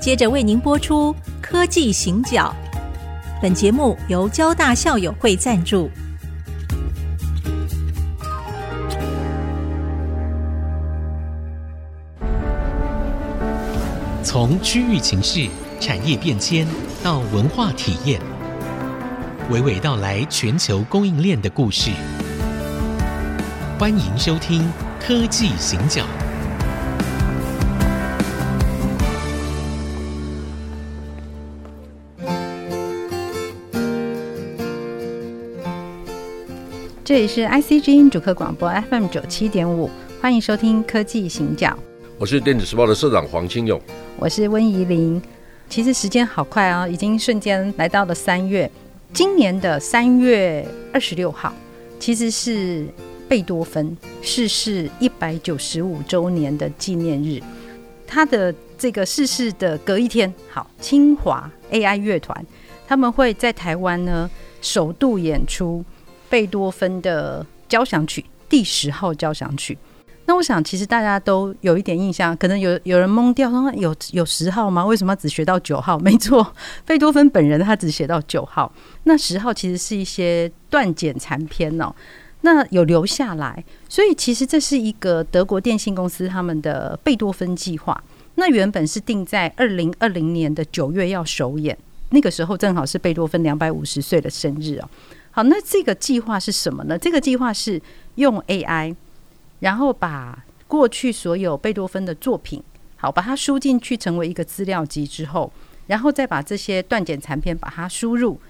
接着为您播出《科技行脚》。本节目由交大校友会赞助。从区域情势、产业变迁到文化体验，娓娓道来全球供应链的故事。欢迎收听《科技行脚》。这里是 IC 之音主客广播 FM 九七点五，欢迎收听《科技行脚》，我是电子时报的社长黄清勇。我是温怡玲。其实时间好快啊、已经瞬间来到了三月。今年的三月二十六号，其实是贝多芬逝世一百九十五周年的纪念日。他的这个逝世的隔一天，好，清华 AI 乐团他们会在台湾呢首度演出贝多芬的交响曲第十号交响曲。那我想，其实大家都有一点印象，可能有有人懵掉，说有有十号吗？为什么要只学到九号？ 没错，贝多芬本人他只写到九号，那十号其实是一些断简残篇哦。那有留下来，所以其实这是一个德国电信公司他们的贝多芬计划。那原本是定在二零二零年的九月要首演，那个时候正好是贝多芬两百五十岁的生日哦。好，那这个计划是什么呢？这个计划是用 AI，然后把过去所有贝多芬的作品，好，把它输进去成为一个资料集之后，然后再把这些断简残篇把它输入。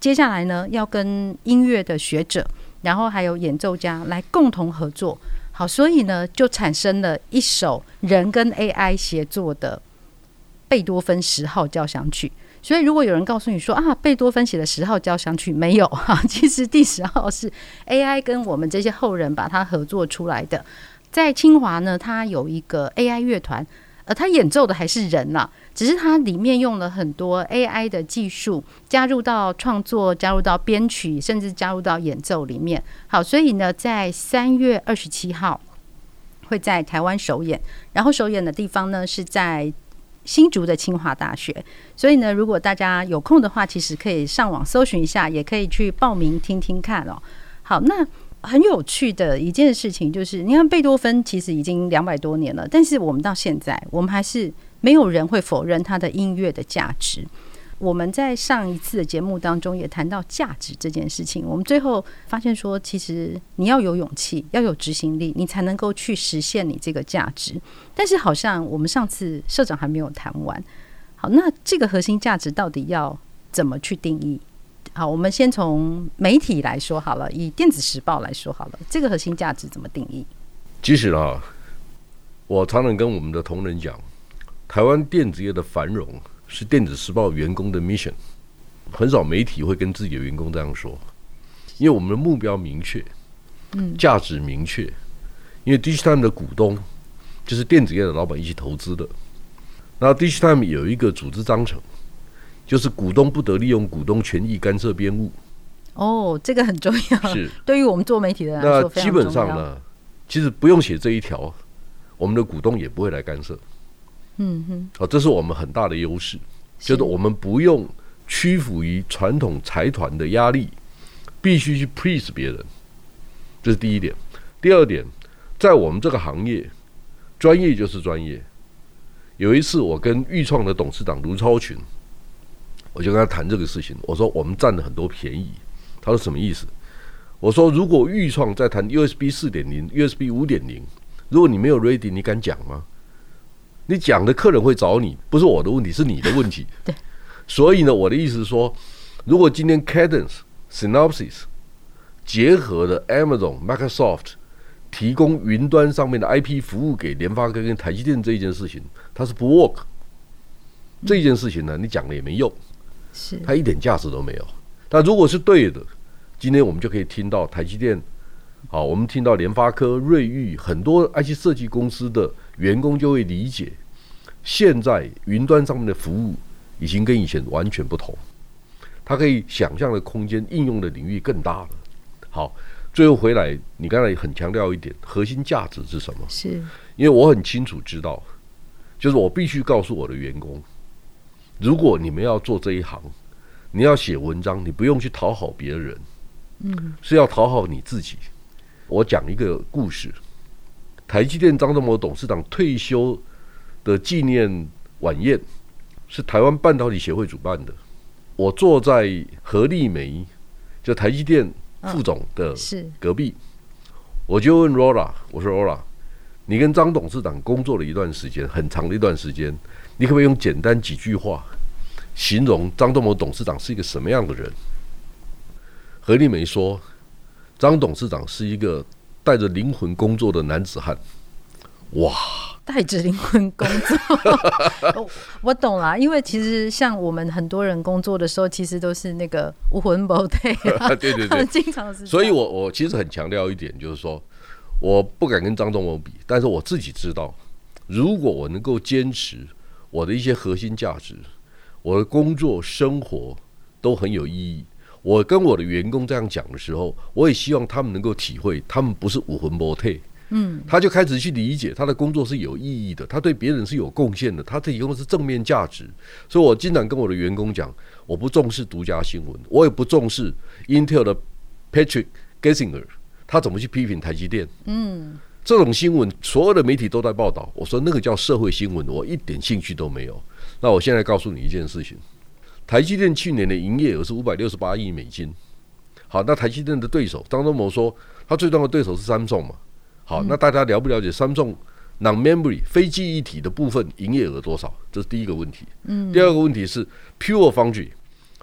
接下来呢，要跟音乐的学者，然后还有演奏家来共同合作。好，所以呢，就产生了一首人跟 AI 协作的贝多芬十号交响曲。所以，如果有人告诉你说啊，贝多芬写的十号交响曲没有哈、其实第十号是 AI 跟我们这些后人把它合作出来的。在清华呢，它有一个 AI 乐团，呃，它演奏的还是人啦、只是它里面用了很多 AI 的技术加入到创作、加入到编曲，甚至加入到演奏里面。好，所以呢，在三月二十七号会在台湾首演，然后首演的地方呢是在新竹的清华大学。所以呢，如果大家有空的话，其实可以上网搜寻一下，也可以去报名听听看哦。好，那很有趣的一件事情就是，你看贝多芬其实已经两百多年了，但是我们到现在，我们还是没有人会否认他的音乐的价值。我们在上一次的节目当中也谈到价值这件事情，我们最后发现说，其实你要有勇气，要有执行力，你才能够去实现你这个价值。但是好像我们上次社长还没有谈完。好，那这个核心价值到底要怎么去定义？好，我们先从媒体来说好了，以电子时报来说好了，这个核心价值怎么定义？其实啊，我常常跟我们的同仁讲，台湾电子业的繁荣是电子时报员工的 mission，很少媒体会跟自己的员工这样说，因为我们的目标明确，嗯，价值明确，因为 Digitime 的股东就是电子业的老板一起投资的，那 Digitime 有一个组织章程，就是股东不得利用股东权益干涉编务，哦，这个很重要，是。对于我们做媒体的人来那啊说非基常本重上要。呢，其实不用写这一条，我们的股东也不会来干涉。嗯哼，哦，这是我们很大的优势，是就是我们不用屈服于传统财团的压力，必须去 please 别人，这是第一点。第二点，在我们这个行业，专业就是专业。有一次，我跟豫创的董事长卢超群，我就跟他谈这个事情，我说我们占了很多便宜。他说什么意思？我说如果豫创在谈 USB 四点零、USB 五点零，如果你没有 ready，你敢讲吗？你讲的客人会找你，不是我的问题，是你的问题。对，所以呢，我的意思是说，如果今天 Cadence、Synopsys 结合了 Amazon、Microsoft 提供云端上面的 IP 服务给联发科跟台积电这一件事情，它是不 work。这一件事情呢，你讲了也没用，是它一点价值都没有。但如果是对的，今天我们就可以听到台积电，好，我们听到联发科、瑞昱很多 IC 设计公司的员工就会理解，现在云端上面的服务已经跟以前完全不同，它可以想象的空间、应用的领域更大了。好，最后回来，你刚才也很强调一点，核心价值是什么？是，因为我很清楚知道，就是我必须告诉我的员工，如果你们要做这一行，你要写文章，你不用去讨好别人，嗯，是要讨好你自己。我讲一个故事，台积电张忠谋董事长退休的纪念晚宴是台湾半导体协会主办的，我坐在何丽梅，就台积电副总的是隔壁，我就问 Rora，我说 Rora，你跟张董事长工作了一段时间，很长的一段时间，你可不可以用简单几句话形容张忠谋董事长是一个什么样的人？何丽梅说，张董事长是一个带着灵魂工作的男子汉。哇，带着灵魂工 作，我我懂啦，因为其实像我们很多人工作的时候，其实都是那个无魂不对、啊， 对对对经常是这样。所以我我其实很强调一点，就是说，我不敢跟张忠谋比，但是我自己知道，如果我能够坚持我的一些核心价值，我的工作生活都很有意义。我跟我的员工这样讲的时候，我也希望他们能够体会，他们不是武魂不退。嗯，他就开始去理解他的工作是有意义的，他对别人是有贡献的，他提供的是正面价值。所以我经常跟我的员工讲，我不重视独家新闻，我也不重视 Intel 的 Patrick Gessinger 他怎么去批评台积电。嗯，这种新闻所有的媒体都在报道，我说那个叫社会新闻，我一点兴趣都没有。那我现在告诉你一件事情，台积电去年的营业额是五百六十八亿美金。好，那台积电的对手张忠谋说，他最重要的对手是 Samsung 嘛。好，那大家了不了解 Samsung non-memory 非记忆体的部分营业额多少？这是第一个问题。嗯，第二个问题是 Pure Foundry，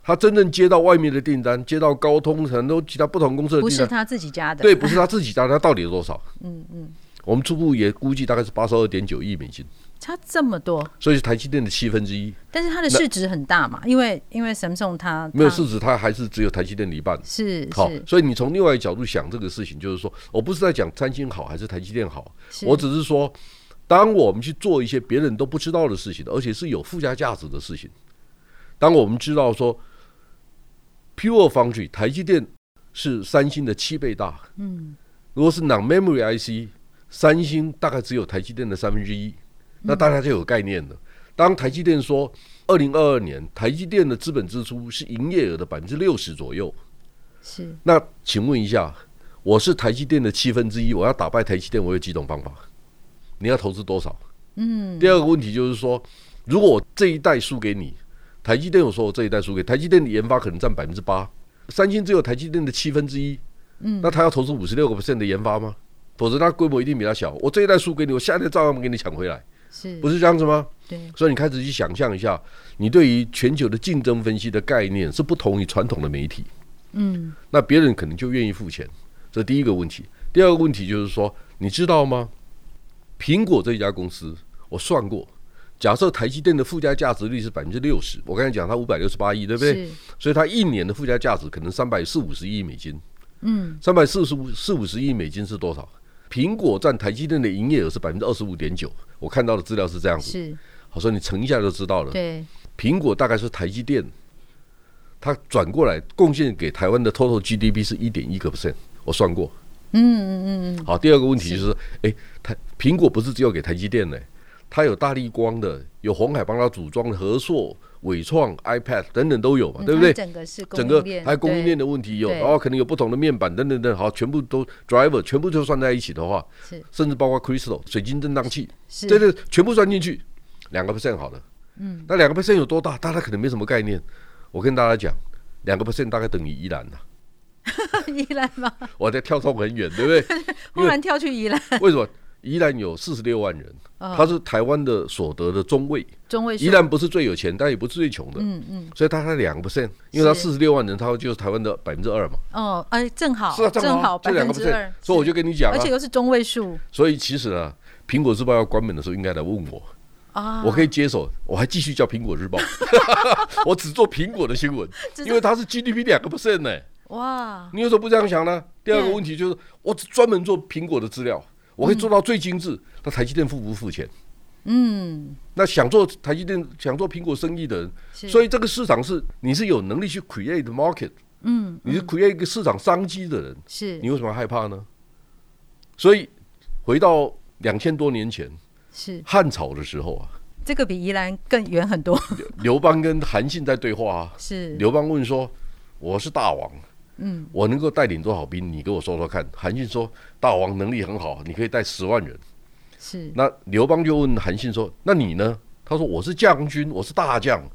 他真正接到外面的订单，接到高通、很多其他不同公呃司的不订是单，他自己家的，对，不是他自己家的，他到底有多少？嗯嗯，我们初步也估计大概是八十二点九亿美金，差这么多，所以是台积电的七分之一。但是它的市值很大嘛，因为因为 Samsung 它没有它市值，它还是只有台积电的一半。是好是，所以你从另外一个角度想这个事情，就是说我不是在讲三星好还是台积电好，是我只是说，当我们去做一些别人都不知道的事情，而且是有附加价值的事情，当我们知道说，Pure Foundry 台积电是三星的七倍大，嗯，如果是 Non Memory IC，三星大概只有台积电的三分之一，那大家就有概念了。当台积电说，二零二二年台积电的资本支出是营业额的百分之六十左右，是那请问一下，我是台积电的七分之一，我要打败台积电，我有几种方法？你要投资多少？嗯。第二个问题就是说，如果我这一代输给你，台积电我说我这一代输给台积电的研发可能占百分之八，三星只有台积电的七分之一，嗯，那他要投资五十六个 percent 的研发吗？否则它规模一定比它小。我这一代输给你，我下一代照样给你抢回来，是，不是这样子吗？对所以你开始去想象一下，你对于全球的竞争分析的概念是不同于传统的媒体。嗯，那别人可能就愿意付钱，这第一个问题。第二个问题就是说，你知道吗？苹果这家公司，我算过，假设台积电的附加价值率是百分之六十，我刚才讲它五百六十八亿，对不对？是所以它一年的附加价值可能三百四五十亿美金。嗯，三百四十五四五十亿美金是多少？苹果占台积电的营业额是百分之二十五点九，我看到的资料是这样子。是，好，所以你乘一下就知道了。对苹果大概是台积电，它转过来贡献给台湾的 total GDP 是一点一个 percent，我算过。嗯嗯嗯。好，第二个问题就是，哎，台苹果不是只有给台积电呢、它有大力光的，有红海帮它组装的和硕、伟创、iPad 等等都有嘛，嗯哦对不对它？整个是供整应个链还有供应链对的问题有，对然后可能有不同的面板等等等，好，全部都 driver 全部就算在一起的话，是 甚至包括 crystal 水晶振荡器，是对对，全部算进去，两个 percent 好了。嗯，那两个 percent 有多大？大家可能没什么概念。我跟大家讲，两个 percent 大概等于宜 兰呐、宜兰吗？我在跳动很远，对 不对？忽然跳去宜兰，为什么？宜兰有四十六万人，哦他是台湾的所得的中位。中卫宜数兰不是最有钱，但也不是最穷的。嗯嗯，所以他才两个 percent，因为他四十六万人，他就是台湾的百分之二嘛。哦，哎，正好是啊，正好这百两分个 percent，之二，所以我就跟你讲而啊且，又是中位数所以其实呢，《苹果日报》要关门的时候，应该来问我，啊，我可以接手，我还继续叫《苹 果日报》，我只做苹果的新闻，只做因为它是 GDP 两个 percent 呢。哇，你为什么不这样想呢？第二个对问题就是，我只专门做苹果的资料，我可以做到最精致。那台积电付不付钱？嗯，那想做台积电、想做苹果生意的人，是所以这个市场是你是有能力去 create market，嗯，你是 create 一个市场商机的人，是你为什么害怕呢？所以回到两千多年前是汉朝的时候啊，这个比宜兰更远很多。刘邦跟韩信在对话啊，是，刘邦问说：“我是大王，嗯，我能够带领多少兵？你给我说说看。”韩信说：“大王能力很好，你可以带十万人。”是，那刘邦就问韩信说：“那你呢？”他说：“我是将军，我是大将，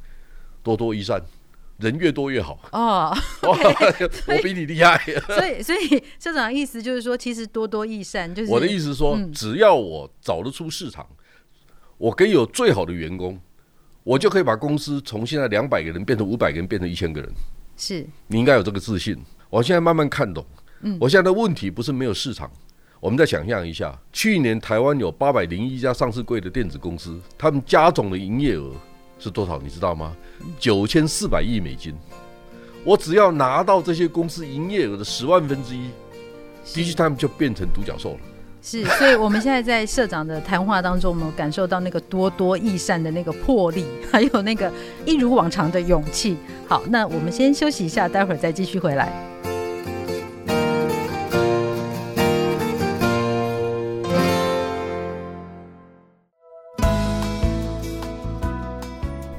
多多益善，人越多越好。哦， 我比你厉害。所以所 以校长的意思就是说，其实多多益善，就是嗯我的意思是说，只要我找得出市场，我可以有最好的员工，我就可以把公司从现在两百个人变成五百个人，变成一千个人。是你应该有这个自信。我现在慢慢看懂，嗯，我现在的问题不是没有市场。我们再想象一下，去年台湾有八百零一家上市柜的电子公司，他们加总的营业额是多少？你知道吗？嗯九千四百亿美金。我只要拿到这些公司营业额的十万分之一，Digitime 就变成独角兽了。是，所以我们现在在社长的谈话当中，我们感受到那个多多益善的那个魄力， 还有那个一如往常的勇气。好，那我们先休息一下，待会儿再继续回来。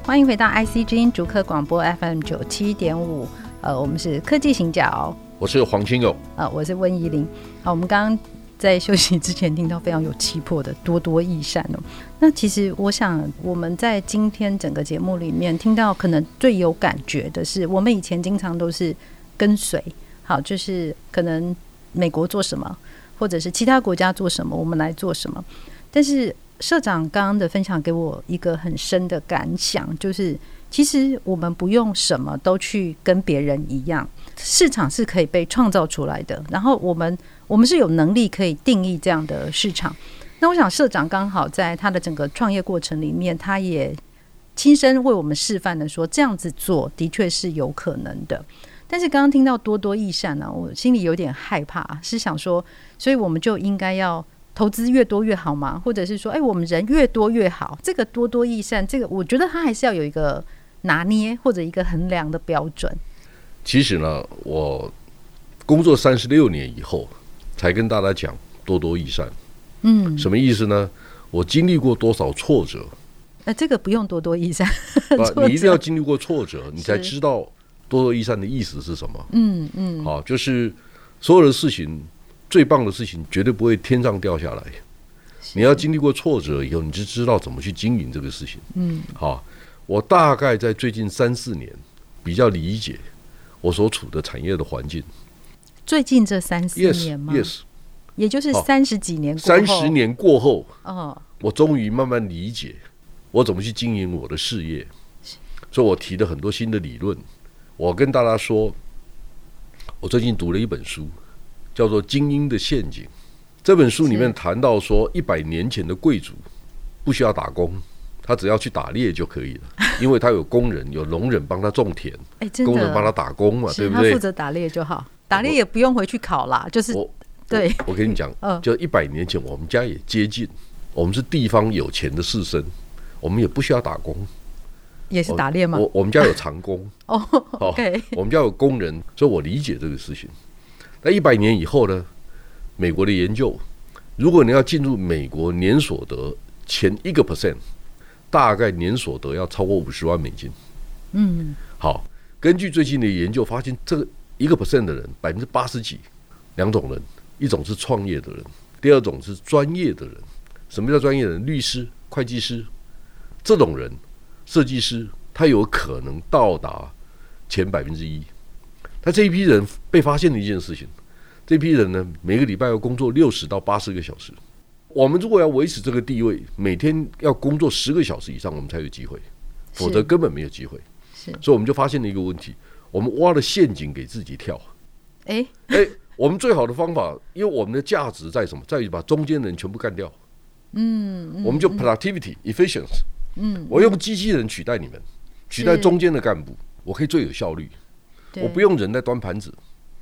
欢迎回到 IC 之音逐客广播 FM 九七点五，呃，我们是科技行脚，我是黄清勇，啊，我是温怡玲。好，我们刚刚在休息之前听到非常有气魄的多多益善哦。那其实我想，我们在今天整个节目里面听到，可能最有感觉的是，我们以前经常都是跟随，好，就是可能美国做什么，或者是其他国家做什么，我们来做什么。但是社长刚刚的分享给我一个很深的感想，就是其实我们不用什么都去跟别人一样。市场是可以被创造出来的，然后我们我们是有能力可以定义这样的市场。那我想社长刚好在他的整个创业过程里面，他也亲身为我们示范的说，这样子做的确是有可能的。但是刚刚听到多多益善呢、我心里有点害怕，是想说，所以我们就应该要投资越多越好吗？或者是说，哎，我们人越多越好？这个多多益善，这个我觉得他还是要有一个拿捏或者一个衡量的标准。其实呢，我工作三十六年以后，才跟大家讲多多益善。嗯，什么意思呢？我经历过多少挫折，呃，这个不用多多益 善， 啊，挫你一定要折经历过挫折，你才是知道多多益善的意思是什么。嗯嗯，好、就是所有的事情，最棒的事情绝对不会天上掉下来。你要经历过挫折以后，你就知道怎么去经营这个事情。嗯，好、我大概在最近三四年比较理解我所处的产业的环境。最近这三四 Yes, 年吗 yes，也就是好三十几年过三后十年过后，哦，我终于慢慢理解我怎么去经营我的事业，所以我提了很多新的理论。我跟大家说，我最近读了一本书，叫做《精英的陷阱》。这本书里面是谈到说，一百年前的贵族不需要打工，他只要去打猎就可 以了，因为他有工人、有农人帮他种田，哎，真工人帮他的，打工嘛，对是不他对负？责打猎就好，打猎也不用回去烤啦，就是我对，我跟你讲嗯，就一百年前我们家也接近，我们是地方有钱的士绅，我们也不需要打工，也是打猎嘛我。我我们家有长 工，哦哦，OK，我们家有工人，所以我理解这个事情。那一百年以后呢？美国的研究，如果你要进入美国年所得前一个 percent，大概年所得要超过五十万美金。嗯，好，根据最近的研究发现，这个一个 percent 的人，百分之八十几，两种人，一种是创业的人，第二种是专业的人。什么叫专业的人？律师、会计师这种人，设计师，他有可能到达前百分之一。他这一批人被发现了一件事情，这批人呢，每个礼拜要工作六十到八十个小时。我们如果要维持这个地位，每天要工作十个小时以上，我们才有机会，否则是根本没有机会。是，所以我们就发现了一个问题：我们挖了陷阱给自己跳。哎， 哎，我们最好的方法，因为我们的价值在什么？在于把中间人全部干掉。嗯，我们就 productivity、efficiency。嗯，我用机器人取代你们，取代是中间的干部，我可以最有效率。对我不用人在端盘子，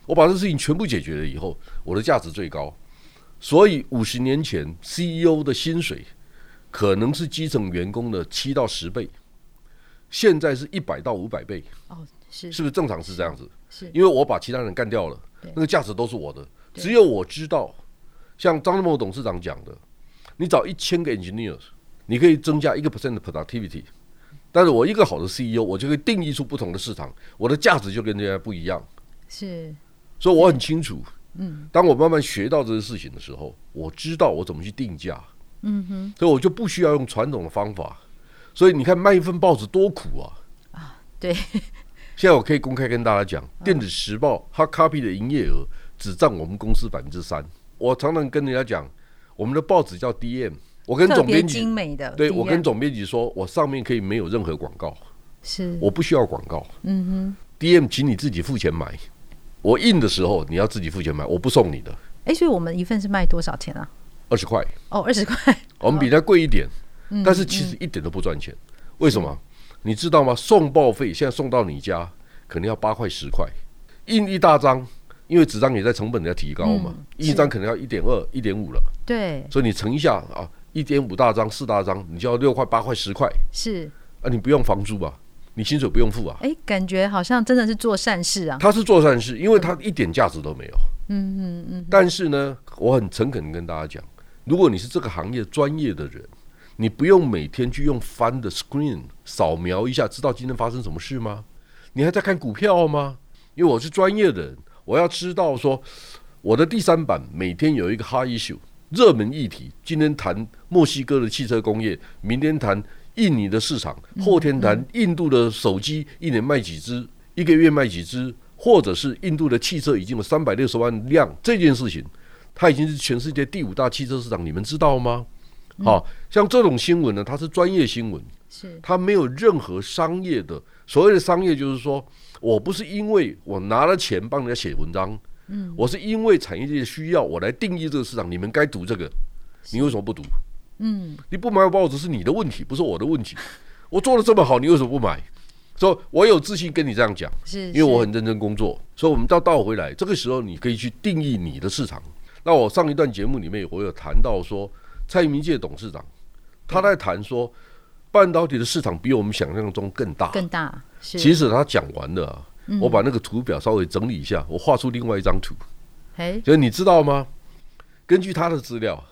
我把这事情全部解决了以后，我的价值最高。所以五十年前 CEO 的薪水可能是基层员工的七到十倍，现在是一百到五百倍。哦，是是不是正常是这样子？是因为我把其他人干掉了对，那个价值都是我的，只有我知道。像张忠谋董事长讲的，你找一千个 engineers，你可以增加一个 percent 的 productivity，但是我一个好的 CEO，我就可以定义出不同的市场，我的价值就跟人家不一样，是所以我很清楚。嗯，当我慢慢学到这些事情的时候，我知道我怎么去定价。嗯哼，所以我就不需要用传统的方法。所以你看卖一份报纸多苦啊！对，现在我可以公开跟大家讲，嗯电子时报 hard copy 的营业额只占我们公司百分之三。我常常跟人家讲，我们的报纸叫 DM，我跟特总别编辑精美的 DM。对我跟总编辑说，我上面可以没有任何广告，是我不需要广告。嗯哼，DM 请你自己付钱买，我印的时候你要自己付钱买，我不送你的，哎，所以我们一份是卖多少钱啊？二十块，哦，二十块。我们比它贵一点，但是其实一点都不赚钱。为什么？你知道吗？送报费现在送到你家可能要八块十块，印一大张，因为纸张也在成本在提高嘛，印一张可能要一点二、一点五了，对，所以你乘一下啊，一点五大张、四大张，你就要六块、八块、十块是。啊，你不用房租吧？你薪水不用付啊？哎，感觉好像真的是做善事啊。他是做善事，因为他一点价值都没有。嗯嗯嗯嗯。但是呢，我很诚恳地跟大家讲，如果你是这个行业专业的人，你不用每天去用翻的 screen 扫描一下，知道今天发生什么事吗？你还在看股票吗？因为我是专业的人，我要知道说我的第三版每天有一个 high issue 热门议题，今天谈墨西哥的汽车工业，明天谈印尼的市场，后天谈印度的手机一年卖几只，一个月卖几只，或者是印度的汽车已经有三百六十万辆这件事情，它已经是全世界第五大汽车市场，你们知道吗？好、像这种新闻呢，它是专业新闻，是它没有任何商业的。所谓的商业，就是说我不是因为我拿了钱帮人家写文章，嗯，我是因为产业界的需要，我来定义这个市场。你们该读这个，你为什么不读？嗯，你不买报纸是你的问题，不是我的问题。 我做的这么好，你为什么不买？所以，我有自信跟你这样讲，是，因为我是很认真工作，所以我们到倒回来，这个时候你可以去定义你的市场。那我上一段节目里面，我有谈到说，蔡明介董事长嗯他在谈说，半导体的市场比我们想象中更大。更大。是，嗯其实他讲完了、啊，我把那个图表稍微整理一下，我画出另外一张图，哎，就是你知道吗？根据他的资料，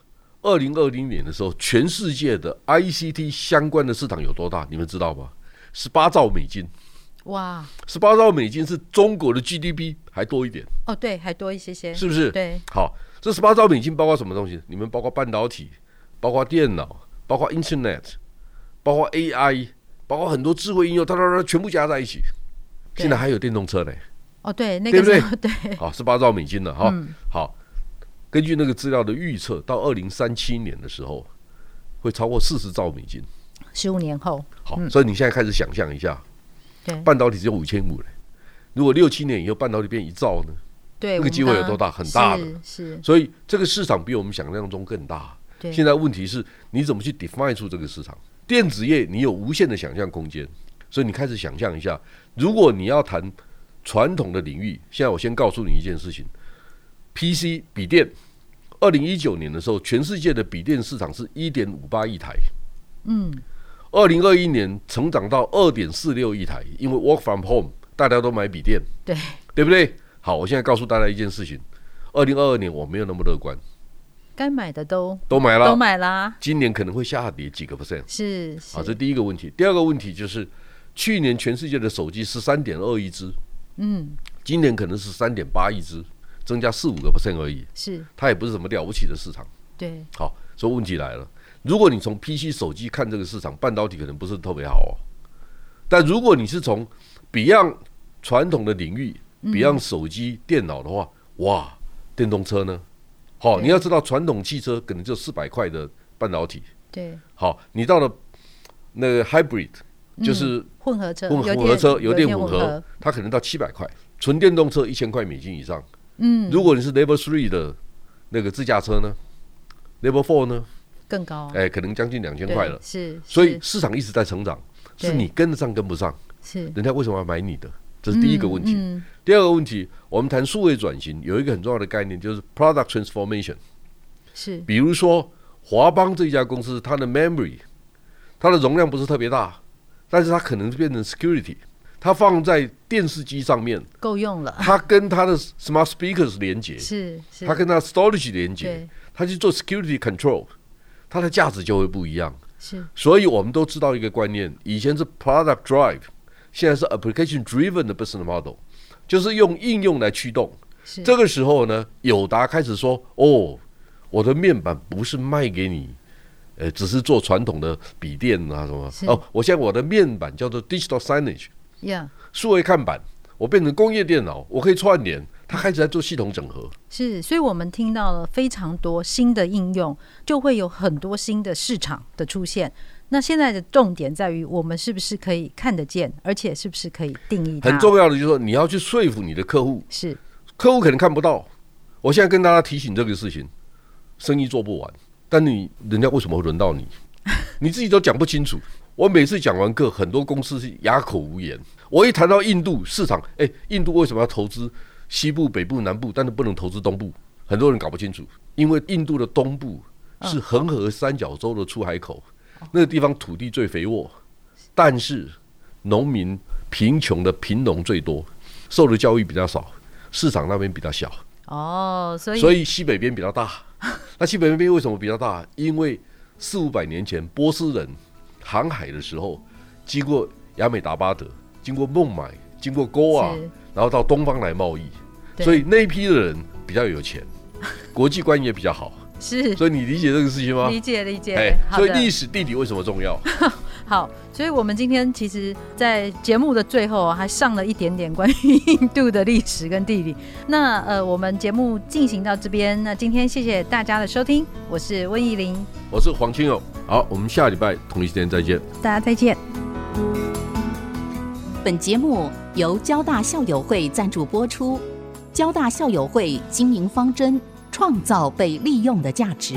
二零二零年的时候，全世界的 ICT 相关的市场有多大？你们知道吗？十八兆美金。哇，十八兆美金是中国的 GDP 还多一点，哦，对，还多一些些。是不是？对，好，这十八兆美金包括什么东西？你们包括半导体，包括电脑，包括 Internet，包括 AI，包括很多智慧应用，它它它全部加在一起。对现在还有电动车呢，哦，对，那对个不对时候对，好，十八兆美金了哈。好，根据那个资料的预测，到二零三七年的时候，会超过四十兆美金。十五年后，好，所以你现在开始想象一下，对半导体只有五千五嘞，如果六七年以后半导体变一兆呢？ 对，那个我们机会有刚多大很大是是，所以这个市场比我们想象中更大。对，现在问题是你怎么去 define 出这个市场？电子业你有无限的想象空间，所以你开始想象一下，如果你要谈传统的领域，现在我先告诉你一件事情：PC 笔电，二零一九年的时候，全世界的笔电市场是一点五八亿台，嗯，二零二一年成长到二点四六亿台，因为 work from home 大家都买笔电，对，对不对？好，我现在告诉大家一件事情：二零二二年我没有那么乐观，该买的都都买了，都买啦，今年可能会下跌几个 percent。是好，啊这是，第一个问题。第二个问题就是，去年全世界的手机十三点二亿只，嗯，今年可能是三点八亿只，增加四五个 percent 而已，是，它也不是什么了不起的市场。对，好，所以问题来了，如果你从 PC 手机看这个市场，半导体可能不是特别好哦。但如果你是从 Beyond 传统的领域、Beyond 嗯手机、电脑的话，哇，电动车呢？好、对你要知道传统汽车可能就四百块的半导体，对，好，你到了那个 hybrid，就是混合车，混嗯呃有混合车、有油电混混合，，它可能到七百块；纯电动车一千块美金以上。嗯，如果你是 Level Three 的那个自驾车呢，Level Four 呢，更高，啊哎，可能将近两千哦对块了。是，所以是市场一直在成长，对是你跟得上跟不上，是人家为什么要买你的？这是第一个问题。嗯，第二个问题，我们谈数位转型有一个很重要的概念，就是 product transformation。是比如说华邦这家公司，它的 memory，它的容量不是特别大，但是它可能变成 security，它放在电视机上面，够用了，它跟它的 smart speakers 连接，啊是是，它跟它的 storage 连接对，它去做 security control，它的价值就会不一样。是所以我们都知道一个观念，以前是 product drive，现在是 application driven 的 business model，就是用应用来驱动。是这个时候呢，友达开始说：“哦，我的面板不是卖给你，呃，只是做传统的笔电啊什么是哦，我现在我的面板叫做 digital signage，呀数位看板，我变成工业电脑，我可以串联。”他开始在做系统整合，是，所以我们听到了非常多新的应用，就会有很多新的市场的出现。那现在的重点在于，我们是不是可以看得见，而且是不是可以定义它？很重要的就是说你要去说服你的客户，是客户可能看不到。我现在跟大家提醒这个事情，生意做不完，但你人家为什么会轮到你？你自己都讲不清楚。我每次讲完课，很多公司是哑口无言。我一谈到印度市场，哎，印度为什么要投资西部、北部、南部，但是不能投资东部？很多人搞不清楚，因为印度的东部是恒河三角洲的出海口，那个地方土地最肥沃，但是农民贫穷的贫农最多，受的教育比较少，市场那边比较小。哦，所以所以西北边比 较大。那西北边为什么比较大？因为四五百年前波斯人航海的时候，经过雅美达巴德，经过孟买，经过勾啊是，然后到东方来贸易，对所以那一批的人比较有钱，国际观也比 较好。是所以你理解这个事情吗哎理？解理解。好所以的。历史地理为什么重要？好，所以我们今天其实，在节目的最后啊还上了一点点关于 印度的历史跟地理。那呃，我们节目进行到这边，那今天谢谢大家的收听，我是温怡玲，我是黄清勇，好，我们下礼拜同一时间再见。大家再见。本节目由交大校友会赞助播出。交大校友会经营方针：创造被利用的价值。